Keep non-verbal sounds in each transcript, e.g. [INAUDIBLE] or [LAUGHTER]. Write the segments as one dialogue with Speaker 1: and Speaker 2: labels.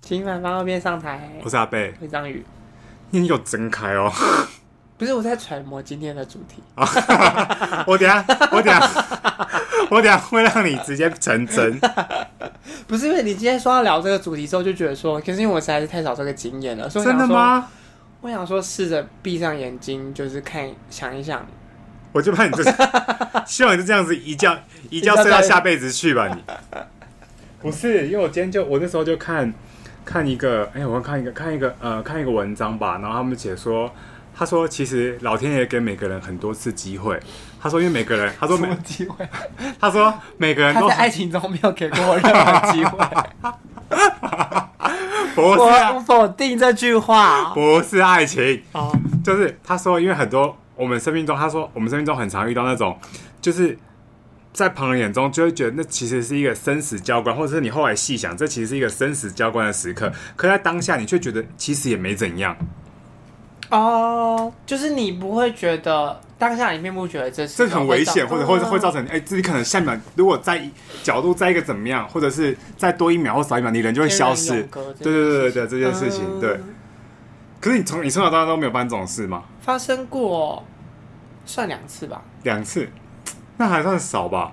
Speaker 1: 今晚八号边上台，
Speaker 2: 我是阿贝，
Speaker 1: 会张宇。
Speaker 2: 你有睁开哦。 [LAUGHS]
Speaker 1: 不是我在揣摩今天的主题，
Speaker 2: 啊我等一下，我等一下， [LAUGHS] 我等一下会让你直接成真。
Speaker 1: 不是因为你今天说要聊这个主题之后，就觉得说，可是因为我实在是太少这个经验了，所以我
Speaker 2: 真
Speaker 1: 想
Speaker 2: 的
Speaker 1: 说，
Speaker 2: 吗？
Speaker 1: 我想说试着闭上眼睛，就是看想一想，
Speaker 2: 我就怕你这， [LAUGHS] 希望你就这样子一觉一觉睡到下辈子去吧你。 [LAUGHS] 不是，因为我今天就我那时候就看看一个，哎、我看一个看一个呃看一个文章吧，然后他们写说，他说其实老天爷给每个人很多次机会，他说因为每个人，他说
Speaker 1: 什么
Speaker 2: 每
Speaker 1: 机会？
Speaker 2: 他说每个人
Speaker 1: 他
Speaker 2: 都
Speaker 1: 在爱情中没有给过我任何机
Speaker 2: [LAUGHS]
Speaker 1: 会，
Speaker 2: 不是
Speaker 1: 我
Speaker 2: 啊
Speaker 1: 否定这句话。
Speaker 2: 不是爱情，
Speaker 1: 哦，
Speaker 2: 就是他说，因为很多我们生命中，他说我们生命中很常遇到那种，就是在旁人眼中就会觉得那其实是一个生死交关，或者是你后来细想，这其实是一个生死交关的时刻。可在当下，你却觉得其实也没怎样，
Speaker 1: 哦，就是你不会觉得当下你并不觉得这是
Speaker 2: 这很危险，
Speaker 1: 会
Speaker 2: 或
Speaker 1: 造
Speaker 2: 者或者会造成哎，自己可能下一秒如果在角度在一个怎么样，或者是再多一秒或少一秒，你人就会消失。
Speaker 1: 天人永隔这件事情
Speaker 2: 对对对对，对这件事情
Speaker 1: 嗯
Speaker 2: 对。可是你从你从小到大都没有办这种事吗？
Speaker 1: 呃发生过，算两次吧。
Speaker 2: 两次，那还算少吧？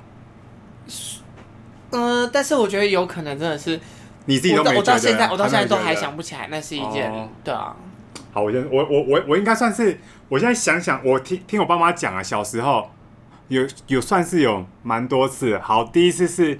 Speaker 1: 嗯、但是我觉得有可能真的是，
Speaker 2: 你自己都
Speaker 1: 我
Speaker 2: 没
Speaker 1: 到
Speaker 2: 觉得，
Speaker 1: 我到现
Speaker 2: 啊
Speaker 1: 在，我到现在都
Speaker 2: 没觉
Speaker 1: 还
Speaker 2: 得
Speaker 1: 想不起来，那是一件、
Speaker 2: 哦
Speaker 1: 对啊，
Speaker 2: 好，我先我我我我应该算是，我现在想想，我听听我爸妈讲啊，小时候有有算是有蛮多次。好，第一次是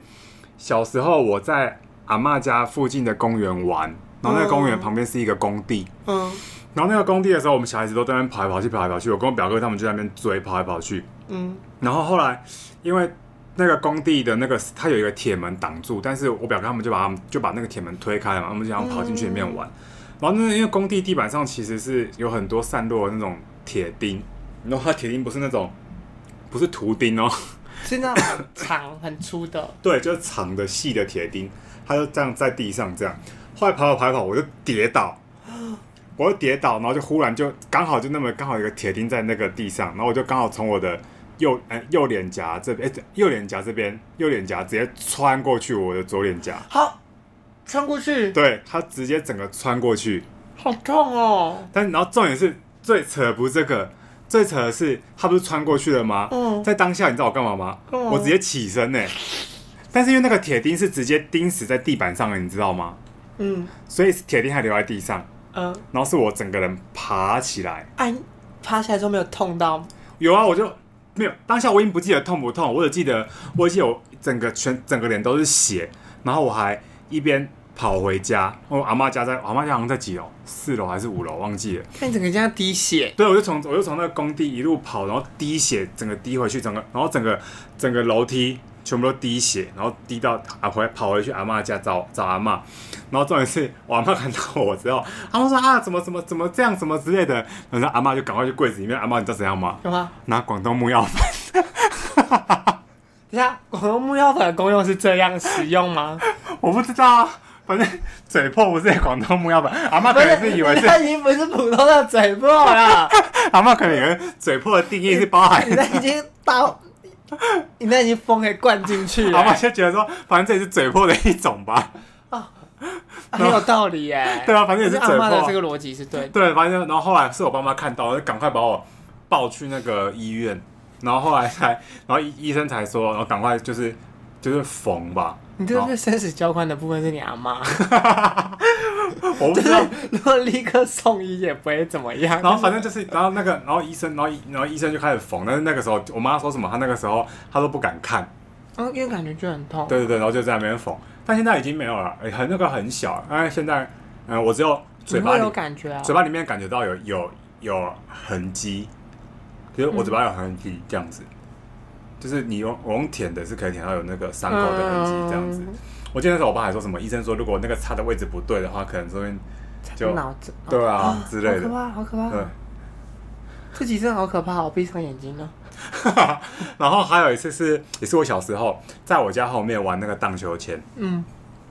Speaker 2: 小时候我在阿嬷家附近的公园玩，然后那个公园
Speaker 1: 哦
Speaker 2: 旁边是一个工地，
Speaker 1: 嗯
Speaker 2: 然后那个工地的时候，我们小孩子都在那边跑来跑去，跑来跑去，我跟我表哥他们就在那边追，跑来跑去。
Speaker 1: 嗯
Speaker 2: 然后后来因为那个工地的那个它有一个铁门挡住，但是我表哥他们就把他们就把那个铁门推开了嘛，我们就想跑进去里面玩。然后那因为工地地板上其实是有很多散落的那种铁钉，然后它铁钉不是那种不是图钉哦，
Speaker 1: 是那种很长很粗的，
Speaker 2: 对，就是长的细的铁钉，它就这样在地上这样。后来跑跑跑跑，我就跌倒，我就跌倒，然后就忽然就刚好就那么刚好有个铁钉在那个地上，然后我就刚好从我的右哎、右脸颊这边、哎右脸颊这边右脸颊直接穿过去我的左脸颊，
Speaker 1: [LAUGHS] 好穿过去，
Speaker 2: 对，它直接整个穿过去。
Speaker 1: 好痛哦，
Speaker 2: 但然后重点是最扯的不是这个，最扯的是他不是穿过去了吗？
Speaker 1: 嗯
Speaker 2: 在当下你知道我干嘛吗？
Speaker 1: 干嘛
Speaker 2: 我直接起身呢、欸但是因为那个铁钉是直接钉死在地板上了，你知道吗？
Speaker 1: 嗯
Speaker 2: 所以铁钉还留在地上，
Speaker 1: 嗯，
Speaker 2: 然后是我整个人爬起来。
Speaker 1: 哎、趴下来之后没有痛到，
Speaker 2: 有啊，我就没有当下我已经不记得痛不痛，我只记得我记得我整个全整个脸都是血，然后我还一边跑回家，我阿妈家在阿妈家好像在几楼，四楼还是五楼忘记了。
Speaker 1: 看你整个这样滴血，
Speaker 2: 对，我就从我就从那个工地一路跑，然后滴血，整个滴回去，整个然后整个整个楼梯全部都滴血，然后滴到啊回跑回去阿嬷家找找阿嬷。然后重点是我阿嬷看到我之后，阿嬷说啊怎么怎么怎么这样怎么之类的，然后阿嬷就赶快去柜子里面，阿嬷你知道怎样吗？
Speaker 1: 有吗？
Speaker 2: 拿广东木药粉，
Speaker 1: 等一下，广东木药粉的功用是这样使用
Speaker 2: [LAUGHS]
Speaker 1: 吗？
Speaker 2: 我不知道啊，反正嘴破不是广东木药粉，阿嬷
Speaker 1: 不
Speaker 2: 可能是以为是
Speaker 1: 它已经不是普通的嘴破
Speaker 2: [LAUGHS]
Speaker 1: 了。
Speaker 2: 阿嬷可能以为嘴破的定义是包含
Speaker 1: 你那已经把，你那已经风给灌进去了
Speaker 2: 阿，嬷就觉得说，反正这也是嘴破的一种吧，
Speaker 1: 很有道理耶、
Speaker 2: 对啊，反正也是
Speaker 1: 阿
Speaker 2: 嘴破
Speaker 1: 嬷
Speaker 2: 啊。
Speaker 1: 的这个逻辑是对的。
Speaker 2: 对，反正然后后来是我爸妈看到，就赶快把我抱去那个医院，然后后来才，然后医医生才说，然后赶快就是就是缝吧。
Speaker 1: 你这是生死交关的部分是你阿妈， [LAUGHS]
Speaker 2: 然后我不知道，
Speaker 1: 如果立刻送医也不会怎么样。
Speaker 2: 然后反正就是，然后那个，然后医生，然后医然后医生就开始缝，但是那个时候我妈说什么，她那个时候她都不敢看，
Speaker 1: 嗯，因为感觉就很痛。
Speaker 2: 对对对，然后就在那边缝，但现在已经没有了，哎很那个很小，哎现在，嗯、我只有
Speaker 1: 你
Speaker 2: 嘴巴
Speaker 1: 会
Speaker 2: 里
Speaker 1: 有感觉啊？
Speaker 2: 嘴巴里面感觉到有有有痕迹，就是
Speaker 1: 嗯
Speaker 2: 我嘴巴有痕迹这样子，就是你用我用舔的是可以舔到有那个伤口的痕迹这样子。
Speaker 1: 嗯
Speaker 2: 我记得那时候我爸还说什么，医生说如果那个擦的位置不对的话，可能这边就嗯
Speaker 1: 脑子
Speaker 2: [LAUGHS] 对啊之类
Speaker 1: 好可
Speaker 2: 的。
Speaker 1: 怕，好可怕！
Speaker 2: 对，
Speaker 1: 这集真的好可怕，我闭上眼睛了。
Speaker 2: 然后还有一次是也是我小时候在我家后面玩那个荡秋千，
Speaker 1: 嗯，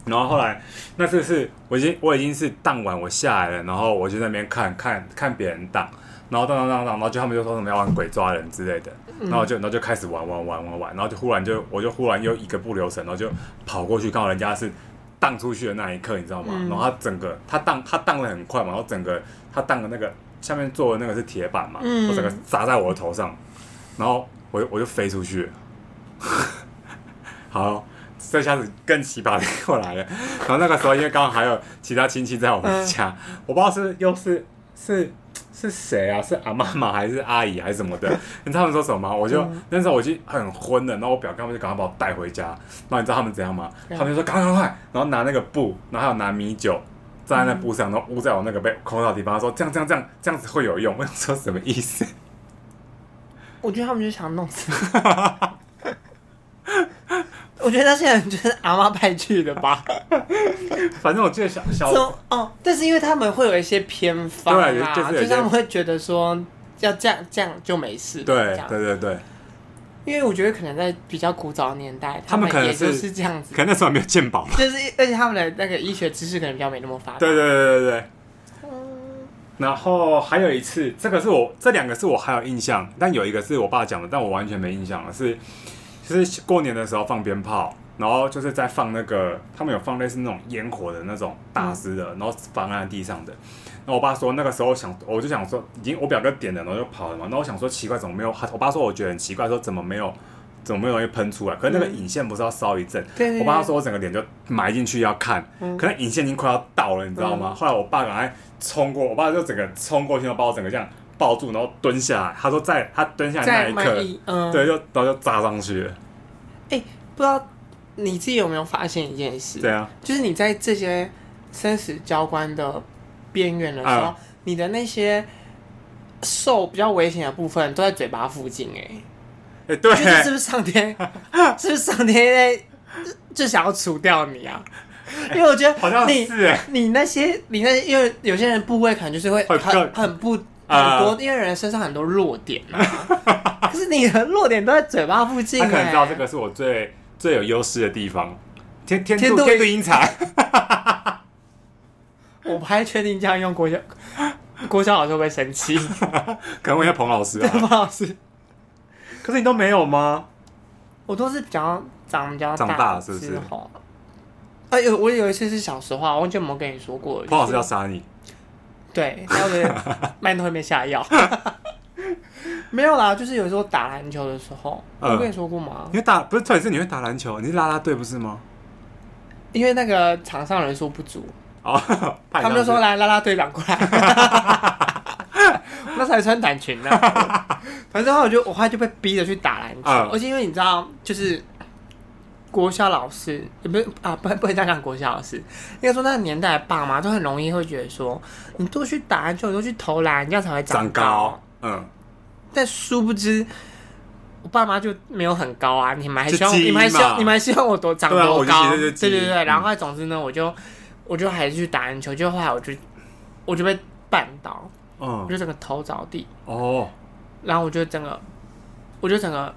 Speaker 2: 然后后来那次是我已经我已经是荡完我下来了，然后我就在那边看看看别人荡，然后荡荡荡荡，然后就他们就说什么要玩鬼抓人之类的，然后就然后就开始玩玩玩玩玩，然后就忽然就我就忽然又一个不留神，然后就跑过去，刚好人家是荡出去的那一刻，你知道吗？然后他整个他荡他荡的很快嘛，然后整个他荡的那个下面坐的那个是铁板嘛，
Speaker 1: 嗯
Speaker 2: 我整个砸在我的头上，然后我就我就飞出去了。好，这下子更奇葩的又来了。 [LAUGHS] 然后那个时候因为刚好还有其他亲戚在我们家，
Speaker 1: 嗯
Speaker 2: 我不知道是又是是。是谁啊？是阿妈妈还是阿姨还是
Speaker 1: [LAUGHS]
Speaker 2: 什么的？你知道他们说什么吗？我就、
Speaker 1: 嗯
Speaker 2: 那时候我就很昏了，然后我表哥他们就赶快把我带回家，然后你知道他们怎样吗？
Speaker 1: 嗯
Speaker 2: 他们就说赶快赶快，然后拿那个布，然后还有拿米酒。站在那布上，然后捂在我那个被口罩的地方，他说这样这样这样这样子会有用。 [LAUGHS] 我想说什么意思？
Speaker 1: 我觉得他们就想弄
Speaker 2: [LAUGHS]
Speaker 1: 死你。我觉得那些人就是阿妈派去的
Speaker 2: [LAUGHS]
Speaker 1: 吧，
Speaker 2: 反正我记得小小
Speaker 1: 这种哦，但是因为他们会有一些偏方啊，
Speaker 2: 对就是有一些
Speaker 1: 是他们会觉得说要这样这样就没事，这
Speaker 2: 对
Speaker 1: 样
Speaker 2: 对对对，
Speaker 1: 因为我觉得可能在比较古早的年代，
Speaker 2: 他们可能
Speaker 1: 也就是是这样子
Speaker 2: 可，能那时候还没有健保吧。
Speaker 1: 就是而且他们的那个医学知识可能比较没那么发达，
Speaker 2: 对对对对对。然后还有一次，这个是我这两个是我还有印象，但有一个是我爸讲的，但我完全没印象了。是就是过年的时候放鞭炮，然后就是在放那个他们有放类似那种烟火的那种大支的，
Speaker 1: 嗯
Speaker 2: 然后放在地上的。然后我爸说那个时候想，我就想说已经我表哥点了，然后就跑了嘛。然后我想说奇怪，怎么没有？我爸说我觉得很奇怪，说怎么没有，怎么没有东西喷出来？可是那个
Speaker 1: 嗯
Speaker 2: 引线不是要烧一阵，
Speaker 1: 对对对
Speaker 2: 我爸说我整个脸就埋进去要看，
Speaker 1: 嗯
Speaker 2: 可能引线已经快要到了，你知道吗？后来我爸赶快冲过，我爸就整个冲过去，然后把我整个这样抱住，然后蹲下来。他说在他蹲下
Speaker 1: 在
Speaker 2: 来那
Speaker 1: 卖
Speaker 2: 一
Speaker 1: 艺，嗯，哎
Speaker 2: 刻，对，就然后就扎上去了。
Speaker 1: 不知道你自己有没有发现一件事，
Speaker 2: 对啊，
Speaker 1: [LAUGHS] 就是你在这些生死交关的边缘的时候，
Speaker 2: 嗯
Speaker 1: 你的那些受比较危险的部分都在嘴巴附近、欸，
Speaker 2: [LAUGHS] 哎，对
Speaker 1: 哎，，就是是不是上
Speaker 2: [LAUGHS]
Speaker 1: 天，是不是上天在就想要除掉你啊？因为我觉得
Speaker 2: 好像
Speaker 1: 你
Speaker 2: 是哎，
Speaker 1: 你那些你那些因为有些人部位可能就是会
Speaker 2: 会
Speaker 1: 很
Speaker 2: 更
Speaker 1: 很不很
Speaker 2: 啊
Speaker 1: 多，因为人身上很多弱点
Speaker 2: [LAUGHS]
Speaker 1: 嘛、可是你的弱点都在嘴巴附近、
Speaker 2: 他
Speaker 1: 欸，
Speaker 2: 可能知道这个是我最最有优势的地方。天天
Speaker 1: 天
Speaker 2: 助
Speaker 1: 妒
Speaker 2: 天妒英才，
Speaker 1: 我不太确定这样用郭晓，郭晓老师会不会生气？
Speaker 2: [LAUGHS]
Speaker 1: [LAUGHS]
Speaker 2: 可能问一下彭老师
Speaker 1: 对，
Speaker 2: 啊。
Speaker 1: 彭老师，
Speaker 2: 可是你都没有吗？
Speaker 1: 我都是比较长比较
Speaker 2: 长
Speaker 1: 大
Speaker 2: 大是不是
Speaker 1: 之后？哎呦，我有一次是小时候啊，我忘记有没有跟你说过。
Speaker 2: 彭老师
Speaker 1: 就
Speaker 2: 要
Speaker 1: 是
Speaker 2: 杀你，
Speaker 1: 对，然后我
Speaker 2: [LAUGHS]
Speaker 1: 就慢到会被下药。 [LAUGHS] 没有啦，就是有时候打篮球的时候，
Speaker 2: 嗯
Speaker 1: 我跟你说过吗
Speaker 2: 你？会打不是？重点是你会打篮球，你是啦啦队不是吗？
Speaker 1: 因为那个场上人数不足，
Speaker 2: 哦， [LAUGHS] 怕
Speaker 1: 他
Speaker 2: 你
Speaker 1: 们就
Speaker 2: 这样
Speaker 1: 说
Speaker 2: 子
Speaker 1: 来拉拉队长过
Speaker 2: [LAUGHS]
Speaker 1: 来，那时候还穿短裙呢。反正后来我就我后来就被逼着去打篮球，
Speaker 2: 嗯
Speaker 1: 而且因为你知道，就是国校老师也不是啊，不不能这样讲国校老师，应该说那个年代的爸妈都很容易会觉得说，你多去打篮球，你多去投篮，这样才会
Speaker 2: 长
Speaker 1: 高
Speaker 2: 高，嗯，
Speaker 1: 但殊不知，我爸妈就没有很高啊，你们还希望
Speaker 2: 就基因
Speaker 1: 你们还希
Speaker 2: 嘛
Speaker 1: 望你们还希望我多长
Speaker 2: 对啊
Speaker 1: 多
Speaker 2: 我就
Speaker 1: 高？
Speaker 2: 觉得
Speaker 1: 对
Speaker 2: 就基因
Speaker 1: 对对，
Speaker 2: 嗯
Speaker 1: 然后后来总之呢，我就我就还是去打篮球，就后来我就我就被绊倒，我
Speaker 2: 嗯，
Speaker 1: 就整个头着地，
Speaker 2: 哦，
Speaker 1: 然后我就整个我就整个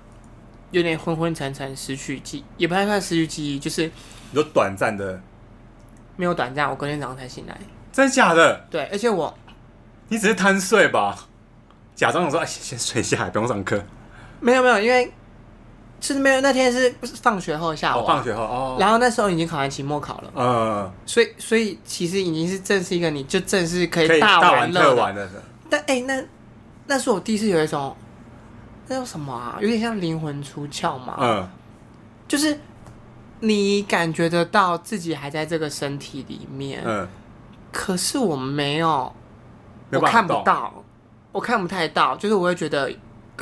Speaker 1: 有点昏昏沉沉，失去记，也不太算失去记忆，就是
Speaker 2: 有短暂的，
Speaker 1: 没有短暂，我隔天早上才醒来。
Speaker 2: 真假的？
Speaker 1: 对，而且我
Speaker 2: 你只是贪睡吧？假装想说，哎，先先睡一下，不用上课。
Speaker 1: 没有没有，因为是没有那天是放学后的下午
Speaker 2: 哦，
Speaker 1: 啊、
Speaker 2: 放学后哦，
Speaker 1: 然后那时候已经考完期末考了。
Speaker 2: 呃，
Speaker 1: 所以，所以其实已经是正是一个你就正是可
Speaker 2: 可以
Speaker 1: 以
Speaker 2: 大
Speaker 1: 玩
Speaker 2: 玩特
Speaker 1: 乐的。
Speaker 2: 玩的，
Speaker 1: 但哎、那那是我第一次有一种，那叫什么啊？有点像灵魂出窍嘛，
Speaker 2: 嗯，
Speaker 1: 就是你感觉得到自己还在这个身体里面，
Speaker 2: 嗯，
Speaker 1: 可是我没有，
Speaker 2: 没
Speaker 1: 我
Speaker 2: 有办法
Speaker 1: 看不
Speaker 2: 动
Speaker 1: 到，我看不太到，就是我会觉得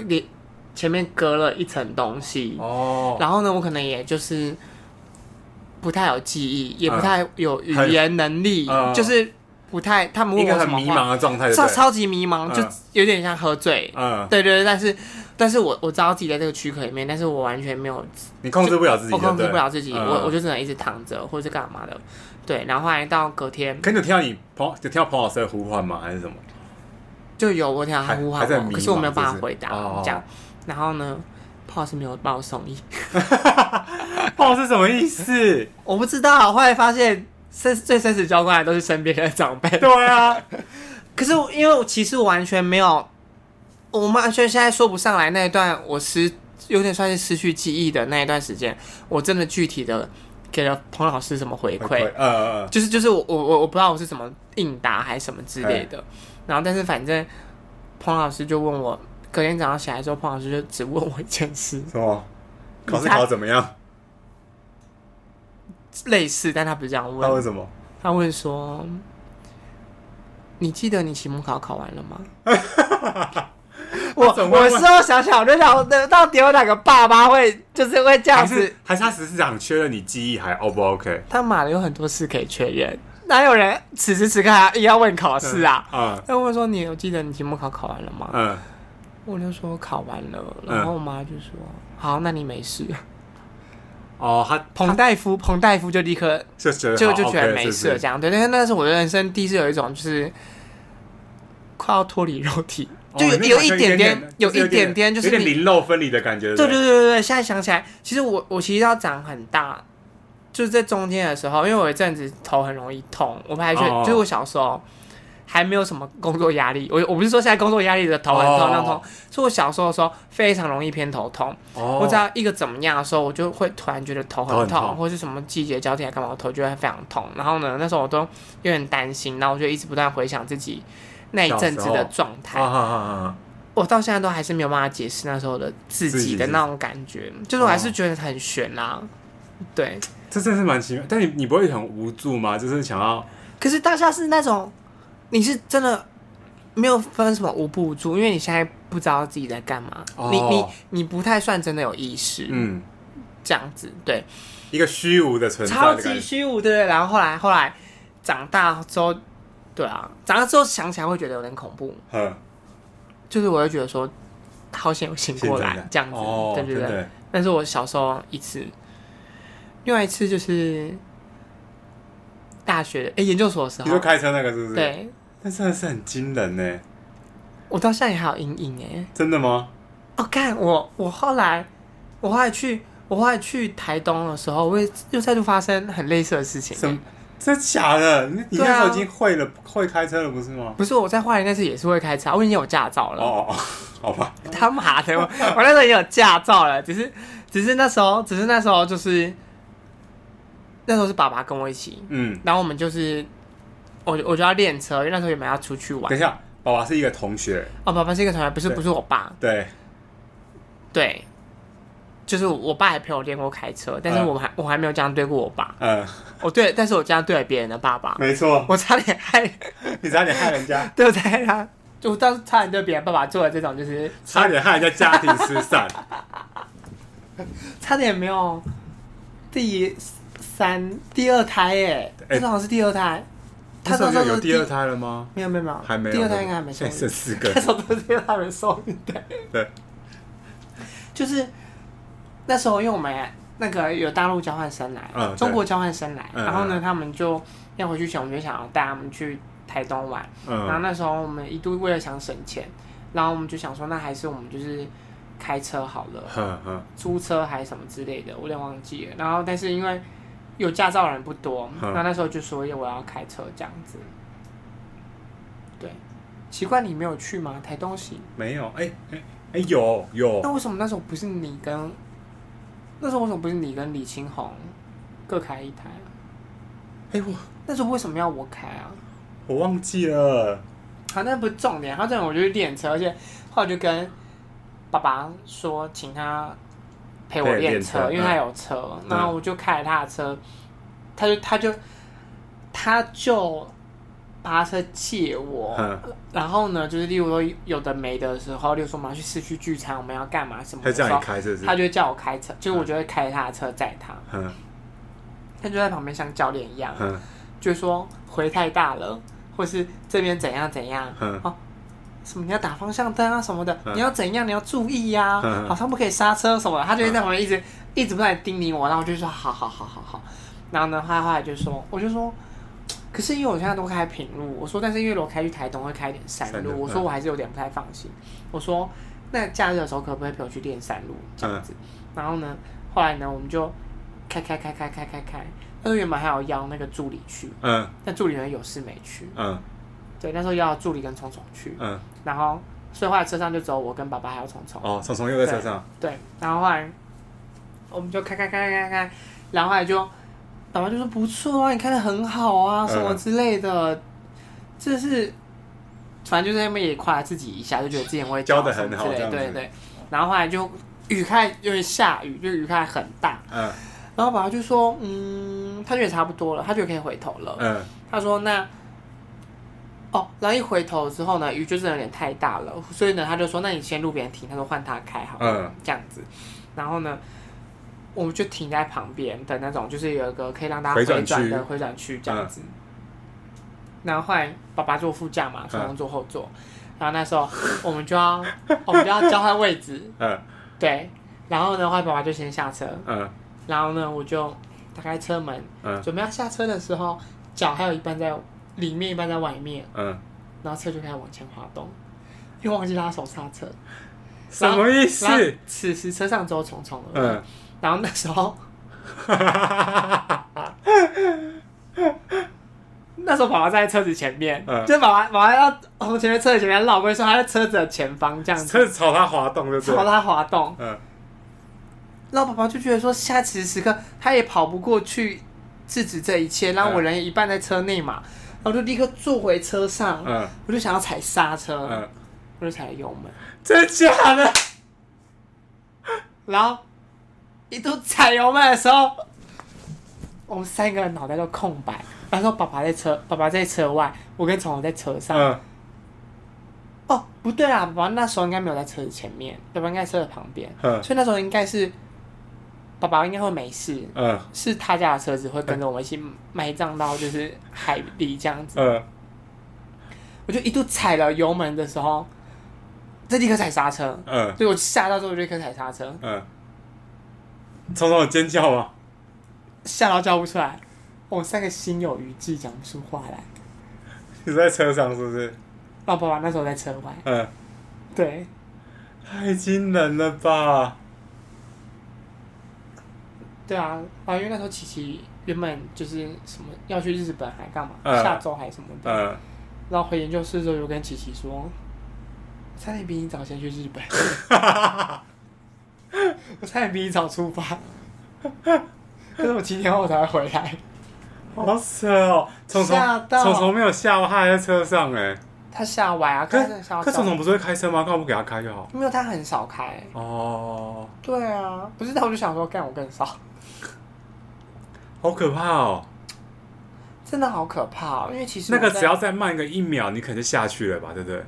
Speaker 1: 你前面隔了一层东西，
Speaker 2: 哦，
Speaker 1: 然后呢，我可能也就是不太有记忆，也不
Speaker 2: 嗯
Speaker 1: 太有语
Speaker 2: 很
Speaker 1: 言能力，
Speaker 2: 嗯
Speaker 1: 就是不太。他们
Speaker 2: 一
Speaker 1: 问
Speaker 2: 个
Speaker 1: 我什
Speaker 2: 很
Speaker 1: 么
Speaker 2: 迷
Speaker 1: 话，
Speaker 2: 茫的状态，对
Speaker 1: 超
Speaker 2: 不对？
Speaker 1: 超级迷茫，
Speaker 2: 嗯
Speaker 1: 就有点像喝醉。
Speaker 2: 嗯，
Speaker 1: 对对对，但是但是我我知道自己在这个躯壳里面，但是我完全没有，
Speaker 2: 你控制不了自己，
Speaker 1: 我控
Speaker 2: 对
Speaker 1: 制
Speaker 2: 对
Speaker 1: 不了自己，
Speaker 2: 嗯
Speaker 1: 我我就只能一直躺着或者是干嘛的。对，然后后来到隔天
Speaker 2: 可你有听到你彭，有听到彭老师的呼唤吗？还是什么？
Speaker 1: 就有我想
Speaker 2: 还
Speaker 1: 含糊
Speaker 2: 还
Speaker 1: 含
Speaker 2: 在
Speaker 1: 糊，
Speaker 2: 迷
Speaker 1: 可是我
Speaker 2: 茫
Speaker 1: 没有办
Speaker 2: 是
Speaker 1: 法
Speaker 2: 不
Speaker 1: 回
Speaker 2: 是
Speaker 1: 答
Speaker 2: 哦
Speaker 1: 这样。然后呢，炮是没有把我送医，
Speaker 2: 彭老师什么意思？
Speaker 1: 我不知道。后来发现生最生死交关的都是身边的长辈。
Speaker 2: 对
Speaker 1: [LAUGHS]
Speaker 2: 啊，
Speaker 1: 可是我因为我其实完全没有，我完全现在说不上来那一段，我失有点算是失去记忆的那一段时间，我真的具体的给了彭老师什么回
Speaker 2: 会
Speaker 1: 馈，
Speaker 2: 呃呃，呃
Speaker 1: 就是就是我我我我不知道我是怎么应答还是什么之类的，然后但是反正彭老师就问我，隔天早上起来之后，彭老师就只问我一件事，
Speaker 2: 什么？
Speaker 1: 你
Speaker 2: 考试
Speaker 1: 猜
Speaker 2: 考得怎么样？
Speaker 1: 类似，但他不是这样
Speaker 2: 他问
Speaker 1: 问，
Speaker 2: 什么？
Speaker 1: 他问说，你记得你期末考考完了吗？我
Speaker 2: 他怎么会
Speaker 1: [LAUGHS] 我
Speaker 2: 问
Speaker 1: 事后想想，我就想，到底有哪个爸妈会就是会这样
Speaker 2: 还
Speaker 1: 子
Speaker 2: 是？还是他只是想确认你记忆还 O 不 OK？
Speaker 1: 他妈的有很多事可以确认，哪有人此时此刻还硬要问考试啊？
Speaker 2: 嗯
Speaker 1: 他、问说你有记得你期末考考完了吗？
Speaker 2: 嗯，
Speaker 1: 我就说考完了，
Speaker 2: 嗯
Speaker 1: 然后我妈就说、好，那你没事。
Speaker 2: 哦，他
Speaker 1: 彭大夫，彭大夫就立刻
Speaker 2: 就觉得
Speaker 1: 就
Speaker 2: 好
Speaker 1: 就觉得
Speaker 2: OK，
Speaker 1: 没
Speaker 2: 是
Speaker 1: 事
Speaker 2: 不
Speaker 1: 了
Speaker 2: 是
Speaker 1: 这样。对，但是那是我的人生第一次有一种就是快要脱离肉体，
Speaker 2: 哦
Speaker 1: 就有、
Speaker 2: 那
Speaker 1: 有
Speaker 2: 好像
Speaker 1: 一点点，
Speaker 2: 有
Speaker 1: 有一点点，就是
Speaker 2: 有点
Speaker 1: 你
Speaker 2: 零肉分离的感觉。
Speaker 1: 对
Speaker 2: 不
Speaker 1: 对对对对，现在想起来，其实我我其实要长很大，就是在中间的时候，因为我有一阵子头很容易痛，我拍去，
Speaker 2: 哦
Speaker 1: 就是我小时候还没有什么工作压力，我我不是说现在工作压力的头很痛
Speaker 2: 哦
Speaker 1: 那种痛，是我小时候的时候非常容易偏头痛，
Speaker 2: 哦，
Speaker 1: 我只要一个怎么样的时候，我就会突然觉得头很
Speaker 2: 头
Speaker 1: 痛，
Speaker 2: 很痛
Speaker 1: 或是什么季节交替来干嘛，我头就会非常痛。然后呢，那时候我都有点担心，然后我就一直不断回想自己那一阵子
Speaker 2: 小时
Speaker 1: 的
Speaker 2: 候
Speaker 1: 状态
Speaker 2: 啊。啊啊啊！
Speaker 1: 我到现在都还是没有办法解释那时候的自
Speaker 2: 自
Speaker 1: 己
Speaker 2: 己哦
Speaker 1: 的
Speaker 2: 是
Speaker 1: 那种感觉，就是我还是觉得很悬啦、对，
Speaker 2: 这真是蛮奇妙。但你你不会很无助吗？就是想要
Speaker 1: 可是当下是那种你是真的没有分什么无不无助，因为你现在不知道自己在干嘛，
Speaker 2: 哦
Speaker 1: 你你你不太算真的有意识，
Speaker 2: 嗯
Speaker 1: 这样子对，
Speaker 2: 一个虚无的存在
Speaker 1: 超
Speaker 2: 的
Speaker 1: 级
Speaker 2: 感觉。
Speaker 1: 虚无，对不对？然后后来后来长大之后，对啊，长大之后想起来会觉得有点恐怖，
Speaker 2: 嗯，
Speaker 1: 就是我会觉得说好险有醒过
Speaker 2: 现在
Speaker 1: 来这样子，
Speaker 2: 哦，
Speaker 1: 对对
Speaker 2: 真
Speaker 1: 对。
Speaker 2: 的
Speaker 1: 那是我小时候一次，另外一次就是大学哎、诶研究所的时
Speaker 2: 你说
Speaker 1: 候，
Speaker 2: 开车那个是不是？，
Speaker 1: 对
Speaker 2: 那真的是很惊人呢。
Speaker 1: 我到现在也还有阴影哎。
Speaker 2: 真的吗？
Speaker 1: 哦，看我我后来我后来去我后来去台东的时候，我也又再度发生很类似的事情
Speaker 2: 什
Speaker 1: 欸。
Speaker 2: 么？真假的？你你
Speaker 1: 对啊
Speaker 2: 那时候已经会了，会开车了，不是吗？
Speaker 1: 不是我在花莲那次也是会开车，啊我已经有驾照
Speaker 2: 哦
Speaker 1: 了。
Speaker 2: 哦哦，好吧。
Speaker 1: 他妈的，我我那时候已经有驾照了，只是只是那时候只是那时候就是那时候是爸爸跟我一起，
Speaker 2: 嗯，
Speaker 1: 然后我们就是我我就要练车，因为那时候原本要出去玩
Speaker 2: 等。一下，爸爸是一个同学，
Speaker 1: 哦，爸爸是一个同学，不是
Speaker 2: 对
Speaker 1: 不是我爸，
Speaker 2: 对，
Speaker 1: 对，就是我爸也陪我练过开车，但是
Speaker 2: 嗯
Speaker 1: 我还、我还没有这样对过我爸，
Speaker 2: 嗯，
Speaker 1: 我对，但是我这样对了别人的爸爸，
Speaker 2: 没错，
Speaker 1: 我差点害，
Speaker 2: 你差点害人家，
Speaker 1: 对不对啊？就我当时差点对别人爸爸做了这种，就是
Speaker 2: 差点害人家家庭失散，
Speaker 1: 差点没有第三第二胎耶，
Speaker 2: 哎
Speaker 1: 那时候好像是第二胎，他
Speaker 2: 那时候
Speaker 1: 是
Speaker 2: 有第二，胎了吗？
Speaker 1: 没有没有没有，
Speaker 2: 还没有，
Speaker 1: 第二胎应该还没受
Speaker 2: 现
Speaker 1: 孕
Speaker 2: 在，剩四个
Speaker 1: 那，时候都是他们受孕的。
Speaker 2: 对，
Speaker 1: 就是那时候，因为我们那个有大陆交换生来，
Speaker 2: 嗯对
Speaker 1: 中国交换生来，
Speaker 2: 嗯
Speaker 1: 然后呢，
Speaker 2: 嗯
Speaker 1: 他们就要回去前，我们就想要带他们去台东玩。然后
Speaker 2: 嗯，
Speaker 1: 那时候我们一度为了想省钱，然后我们就想说，那还是我们就是开车好了，
Speaker 2: 哼哼
Speaker 1: 租车还是什么之类的，我有点忘记了。然后但是因为有驾照的人不多，
Speaker 2: 嗯
Speaker 1: 然后那时候就说我要开车这样子。对，奇怪你没有去吗？台东行。
Speaker 2: 没有，哎哎哎，有有，
Speaker 1: 那为什么那时候不是你跟那时候为什么不是你跟李青红各开一台啊？
Speaker 2: 哎我
Speaker 1: 那时候为什么要我开啊？
Speaker 2: 我忘记了，
Speaker 1: 好，那不是重点，他重点我就去练车，而且后来就跟爸爸说，请他陪我
Speaker 2: 陪
Speaker 1: 练
Speaker 2: 练
Speaker 1: 车，
Speaker 2: 车
Speaker 1: 因为他有车。
Speaker 2: 嗯
Speaker 1: 然后我就开了他的车，他就他就他就把他车借我，
Speaker 2: 嗯，
Speaker 1: 然后呢，就是例如说有的没的时候，例如说我们要去市区聚餐，我们要干嘛什么
Speaker 2: 他
Speaker 1: 的时
Speaker 2: 叫
Speaker 1: 候
Speaker 2: 你，开是不是
Speaker 1: 他？就会叫我开车，就是我就会开他的车载他，
Speaker 2: 嗯
Speaker 1: 他就在旁边像教练一样，
Speaker 2: 嗯
Speaker 1: 就说回太大了，或是这边怎样怎样，
Speaker 2: 嗯
Speaker 1: 什么你要打方向灯啊什么的，
Speaker 2: 嗯
Speaker 1: 你要怎样你要注意呀、
Speaker 2: 嗯嗯嗯
Speaker 1: 好像不可以刹车什么的，他就会在旁边一直、一直不断地叮咛我，然后我就说好好好好好，然后呢，他后来就说，我就说。可是因为我现在都开平路，我说，但是因为我开去台东会开一点山
Speaker 2: 山
Speaker 1: 路，
Speaker 2: 路
Speaker 1: 我说
Speaker 2: 嗯
Speaker 1: 我还是有点不太放心。我说那假日的时候可不可以陪我去练山路这
Speaker 2: 嗯
Speaker 1: 样子？然后呢，后来呢，我们就开开开开开开开。他说原本还有邀那个助理去，
Speaker 2: 嗯
Speaker 1: 但助理人有事没去。
Speaker 2: 嗯
Speaker 1: 对，那时候邀助理跟聪聪去，
Speaker 2: 嗯，
Speaker 1: 然后所以后来车上就只有我跟爸爸还有聪聪。
Speaker 2: 哦，虫虫又在车上，
Speaker 1: 对，然后后来我们就开开开开开，然后后来就爸爸就说不错啊，你看的很好
Speaker 2: 嗯
Speaker 1: 啊，什么之类的，这是反正就在那边也夸自己一下，就觉得自己很会
Speaker 2: 教
Speaker 1: 的
Speaker 2: 得很好
Speaker 1: 对
Speaker 2: 这样
Speaker 1: 对
Speaker 2: 子
Speaker 1: 对。然后后来就雨开，因为下雨，就雨开很大，
Speaker 2: 嗯
Speaker 1: 然后爸爸就说，嗯，他觉得差不多了，他觉得可以回头了。
Speaker 2: 嗯
Speaker 1: 他说那。哦，然后一回头之后呢，雨就真的有点太大了，所以呢，他就说：“那你先路边停。”他说：“换他开好了。
Speaker 2: 嗯
Speaker 1: 这样子。然后呢，我们就停在旁边的那种，就是有一个可以让大家
Speaker 2: 回
Speaker 1: 回
Speaker 2: 转
Speaker 1: 转
Speaker 2: 区嗯
Speaker 1: 的回转区这样子。然后后来爸爸坐副驾嘛，双龙坐后座。然后那时候我们就要我们就要交换位置，
Speaker 2: 嗯
Speaker 1: 对。然后呢，后来爸爸就先下车，
Speaker 2: 嗯
Speaker 1: 然后呢，我就打开车门，
Speaker 2: 嗯
Speaker 1: 准备要下车的时候，脚还有一半在里面，一半在外面，
Speaker 2: 嗯，
Speaker 1: 然后车就开始往前滑动，因为忘记拉手刹车。
Speaker 2: 什么意
Speaker 1: 然后
Speaker 2: 思？
Speaker 1: 此时车上只有虫虫了。
Speaker 2: 嗯，
Speaker 1: 然后那时候， [LAUGHS] 那时候爸爸在车子前面，
Speaker 2: 嗯
Speaker 1: 就是爸爸爸爸要从前面车子前面绕过去，所以他在车子的前方
Speaker 2: [LAUGHS]
Speaker 1: 这样子
Speaker 2: 车子嗯朝他滑动，对不对
Speaker 1: 朝？他滑动。
Speaker 2: 嗯
Speaker 1: 然后爸爸就觉得说，下此时刻他也跑不过去制止这一切，
Speaker 2: 嗯
Speaker 1: 然后我人一半在车内嘛，然后就立刻坐回车上，
Speaker 2: 嗯
Speaker 1: 我就想要踩刹车，
Speaker 2: 嗯，
Speaker 1: 我就踩了油门， [LAUGHS]
Speaker 2: 真假的？
Speaker 1: 然后一度踩油门的时候，我们三个人脑袋都空白。然后爸爸在车，爸爸在车外，我跟虫虫在车上。
Speaker 2: 嗯
Speaker 1: 哦，不对啊，爸爸那时候应该没有在车子前面，爸爸应该在车的旁边，
Speaker 2: 嗯
Speaker 1: 所以那时候应该是爸爸应该会没事，
Speaker 2: 嗯
Speaker 1: 是他家的车子会跟着我们一起埋葬到就是海里这样子。
Speaker 2: 嗯，
Speaker 1: 我就一度踩了油门的时候，再立刻踩刹车，
Speaker 2: 嗯
Speaker 1: 所以我吓到之后我就立刻踩刹车，
Speaker 2: 嗯，虫虫有尖叫吗？
Speaker 1: 吓到叫不出来。我们三个心有余悸，讲不出话来。
Speaker 2: 你在车上是不是？
Speaker 1: 然后爸爸那时候在车外，
Speaker 2: 嗯，
Speaker 1: 对，
Speaker 2: 太惊人了吧！
Speaker 1: 对啊，啊，因为那时候琪琪原本就是什么要去日本还干嘛，
Speaker 2: 嗯
Speaker 1: 下周还什么的，
Speaker 2: 嗯，
Speaker 1: 然后回研究室的时候，就跟琪琪说，差点比你早先去日本， [LAUGHS] 我差点比你早出发，可是我七天后才会回来。
Speaker 2: 好扯哦，虫虫
Speaker 1: 吓到
Speaker 2: 虫虫没有吓我，他还在车上哎。
Speaker 1: 他吓歪啊，可
Speaker 2: 可
Speaker 1: 是真的吓到
Speaker 2: 可虫虫不是会开车吗？干嘛不给他开就好？
Speaker 1: 没有，他很少开。
Speaker 2: 哦，
Speaker 1: 对啊，不是，但我就想说，干我更少，
Speaker 2: 好可怕哦！
Speaker 1: 真的好可怕、哦。因为其实
Speaker 2: 那个
Speaker 1: 我在
Speaker 2: 只要再慢个一秒，你可能就下去了吧，对不对？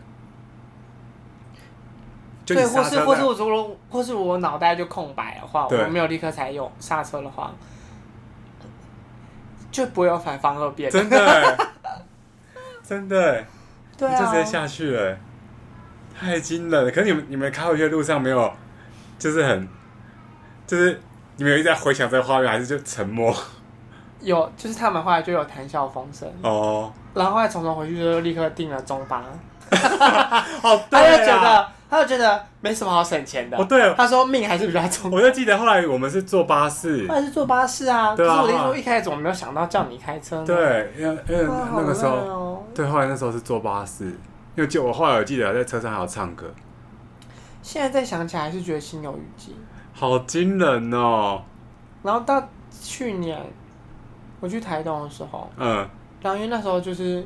Speaker 2: 就
Speaker 1: 对，
Speaker 2: 你
Speaker 1: 或
Speaker 2: 刹
Speaker 1: 是
Speaker 2: 车
Speaker 1: 或是
Speaker 2: 在
Speaker 1: 我如果或是我脑袋就空白的话，
Speaker 2: 对
Speaker 1: 我没有立刻踩油刹车的话，就不会有反方二辩。
Speaker 2: 真的欸，真的欸，
Speaker 1: 对
Speaker 2: 你就
Speaker 1: 啊
Speaker 2: 直，接下去了欸，太惊人了。可是你们你们开回去的路上没有，就是很，就是你们有一直在回想这个画面，还是就沉
Speaker 1: [LAUGHS]
Speaker 2: 默？
Speaker 1: 有就是他们后来就有谈笑风生，
Speaker 2: 哦，
Speaker 1: 然后后来虫虫回去就立刻订了中巴，
Speaker 2: 哦，
Speaker 1: 他就
Speaker 2: 对
Speaker 1: 觉
Speaker 2: 啊，
Speaker 1: 得他就觉得没什么好省钱的
Speaker 2: 哦，对，
Speaker 1: 他说命还是比较重要。[LAUGHS]
Speaker 2: 我就记得后来我们是坐巴士
Speaker 1: 后，来是坐巴士啊，
Speaker 2: 对啊
Speaker 1: 可是我的意思说一开始我没有想到叫你开车呢，
Speaker 2: 对，因为因为
Speaker 1: 啊，
Speaker 2: 那个时
Speaker 1: 好累
Speaker 2: 候，
Speaker 1: 哦
Speaker 2: 对，后来那时候是坐巴士，因为就我后来有记得在车上还有唱歌，
Speaker 1: 现在再想起来还是觉得心有余悸。
Speaker 2: 好惊人哦，
Speaker 1: 然后到去年我去台东的时候，
Speaker 2: 嗯
Speaker 1: 然后因为那时候就是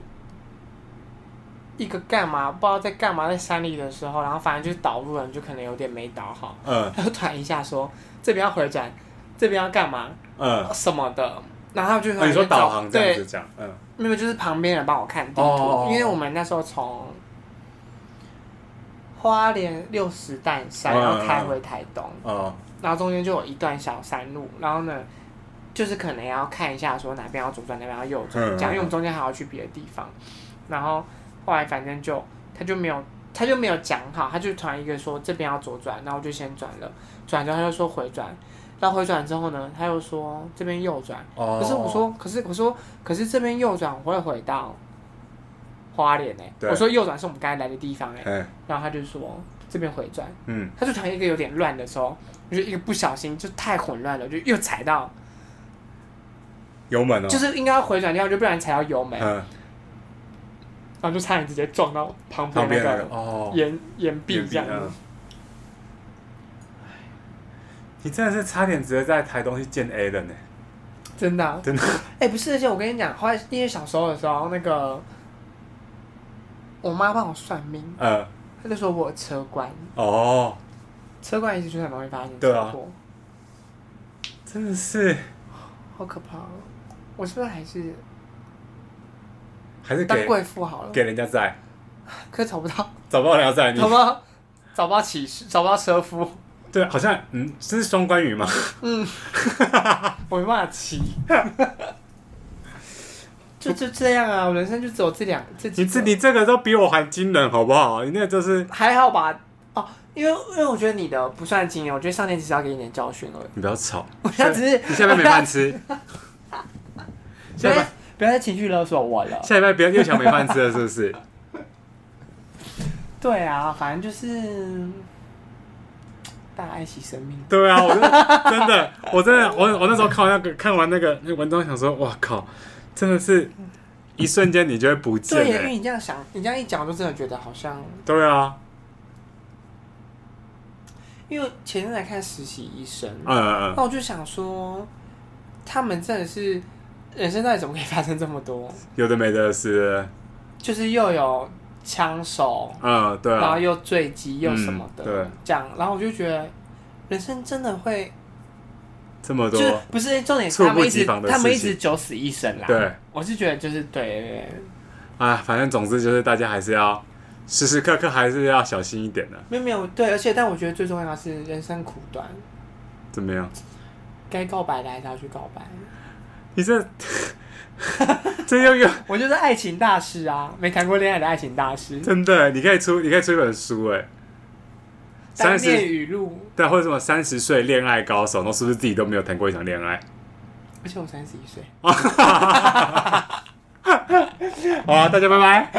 Speaker 1: 一个干嘛不知道在干嘛，在山里的时候，然后反正就是导入人就可能有点没导好， [LAUGHS]
Speaker 2: 嗯
Speaker 1: 然后突然一下说这边要回转，这边要干嘛
Speaker 2: 嗯，
Speaker 1: 什么的，然后他们就突
Speaker 2: 那
Speaker 1: 然
Speaker 2: 哦你说
Speaker 1: 间找
Speaker 2: 导航这样
Speaker 1: 哦对
Speaker 2: 子，讲，嗯
Speaker 1: 没有就是旁边人帮我看地图，
Speaker 2: 哦
Speaker 1: 因为我们那时候从。花莲六十担山，
Speaker 2: 嗯
Speaker 1: 然后开回台东，
Speaker 2: 哦
Speaker 1: 然后中间就有一段小山路，然后呢，就是可能要看一下说哪边要左转，哪边要右转，
Speaker 2: 嗯
Speaker 1: 这样，因为我们中间还要去别的地方。然后后来反正就他就没有他就没有讲好，他就突然一个说这边要左转，然后我就先转了，转之后他就说回转，然后回转之后呢，他又说这边右转，
Speaker 2: 哦，
Speaker 1: 可是我说，可是我说，可是这边右转我会回到花莲哎、
Speaker 2: 对
Speaker 1: 我说右转是我们该来的地方哎、
Speaker 2: 哎，
Speaker 1: 然后他就说这边回转。
Speaker 2: 嗯，
Speaker 1: 他就突然一个有点乱的时候，我就一个不小心就太混乱了，就又踩到，
Speaker 2: 哦油门哦，
Speaker 1: 就是应该要回转掉，就不然踩到油门，
Speaker 2: 嗯，
Speaker 1: 然后就差点直接撞到旁
Speaker 2: 旁
Speaker 1: 边
Speaker 2: 边那个
Speaker 1: 个
Speaker 2: 哦，
Speaker 1: 岩岩壁
Speaker 2: 眼
Speaker 1: 这样子
Speaker 2: 嗯。你真的是差点直接在台东去见 A 了呢，
Speaker 1: 真的、啊，
Speaker 2: 真的。
Speaker 1: 哎、不是，而且我跟你讲，后来因为小时候的时候，那个我妈帮我算命，
Speaker 2: 呃，
Speaker 1: 她就说我有车关，
Speaker 2: 哦，
Speaker 1: 车关一直就很容易发生
Speaker 2: 对
Speaker 1: 车
Speaker 2: 啊
Speaker 1: 祸，
Speaker 2: 真的是
Speaker 1: 好可怕哦！我是不是还是
Speaker 2: 还是
Speaker 1: 当
Speaker 2: 给
Speaker 1: 贵妇好了？
Speaker 2: 给人家在，
Speaker 1: 可是找不到， [LAUGHS]
Speaker 2: 找不到人家在你
Speaker 1: 找不到，找不到骑士，找不到车夫，
Speaker 2: 对，好像嗯，这是双关语吗？ [LAUGHS]
Speaker 1: 我没办法骑。 [LAUGHS] 就就这样啊，我人生就只有这两这几
Speaker 2: 你
Speaker 1: 个
Speaker 2: 这你这个都比我还惊人，好不好？你那个就是
Speaker 1: 还好吧？哦，因为因为我觉得你的不算经验，我觉得上天只是要给你点教训而已。
Speaker 2: 你不要吵，
Speaker 1: 我现在只是
Speaker 2: 你下班没饭吃，
Speaker 1: [LAUGHS] 不
Speaker 2: 下
Speaker 1: 要
Speaker 2: 班
Speaker 1: 不要再情绪勒索我了。
Speaker 2: 下礼拜不要又想没饭吃了，是不是？
Speaker 1: 对啊，反正就是大家爱惜生命。
Speaker 2: 对啊，我真的 [LAUGHS] 真的，我真的，我我那时候看完那个看完那个那个文章，想说，哇靠，真的是一瞬间你就会不见
Speaker 1: 对耶，因
Speaker 2: 了、
Speaker 1: 为你这样想，你这样一讲，我就真的觉得好像，
Speaker 2: 对啊，
Speaker 1: 因为前阵子在看实习医生，
Speaker 2: 嗯嗯
Speaker 1: 那我就想说，他们真的是人生到底怎么可以发生这么多？
Speaker 2: 嗯，有的没的是，
Speaker 1: 就是又有枪手，
Speaker 2: 嗯，对
Speaker 1: 然后
Speaker 2: 啊，
Speaker 1: 又坠机又什么的，
Speaker 2: 嗯对
Speaker 1: 这样，然后我就觉得人生真的会，
Speaker 2: 这么
Speaker 1: 就
Speaker 2: 多，
Speaker 1: 是不是重点是他们一
Speaker 2: 猝不及
Speaker 1: 直
Speaker 2: 防的
Speaker 1: 他们一
Speaker 2: 事情
Speaker 1: 直九死一生啦。
Speaker 2: 对，
Speaker 1: 我是觉得就是对对对，
Speaker 2: 啊，反正总之就是大家还是要时时刻刻还是要小心一点的、
Speaker 1: 没有没有对，而且但我觉得最重要的是人生苦短，
Speaker 2: 怎么样？
Speaker 1: 该告白的还是要去告白。
Speaker 2: 你这 [LAUGHS]
Speaker 1: [LAUGHS]
Speaker 2: 这又又
Speaker 1: 我就是爱情大师啊，没谈过恋爱的爱情大师。
Speaker 2: 真的，你可以出你可以出一本书哎、
Speaker 1: 单
Speaker 2: 三
Speaker 1: 恋
Speaker 2: 十
Speaker 1: 语录，
Speaker 2: 对，啊或者什么三十岁恋爱高手，然后是不是自己都没有谈过一场恋爱？ [LAUGHS]
Speaker 1: 而且我三十一岁。
Speaker 2: 好啊，大家拜拜。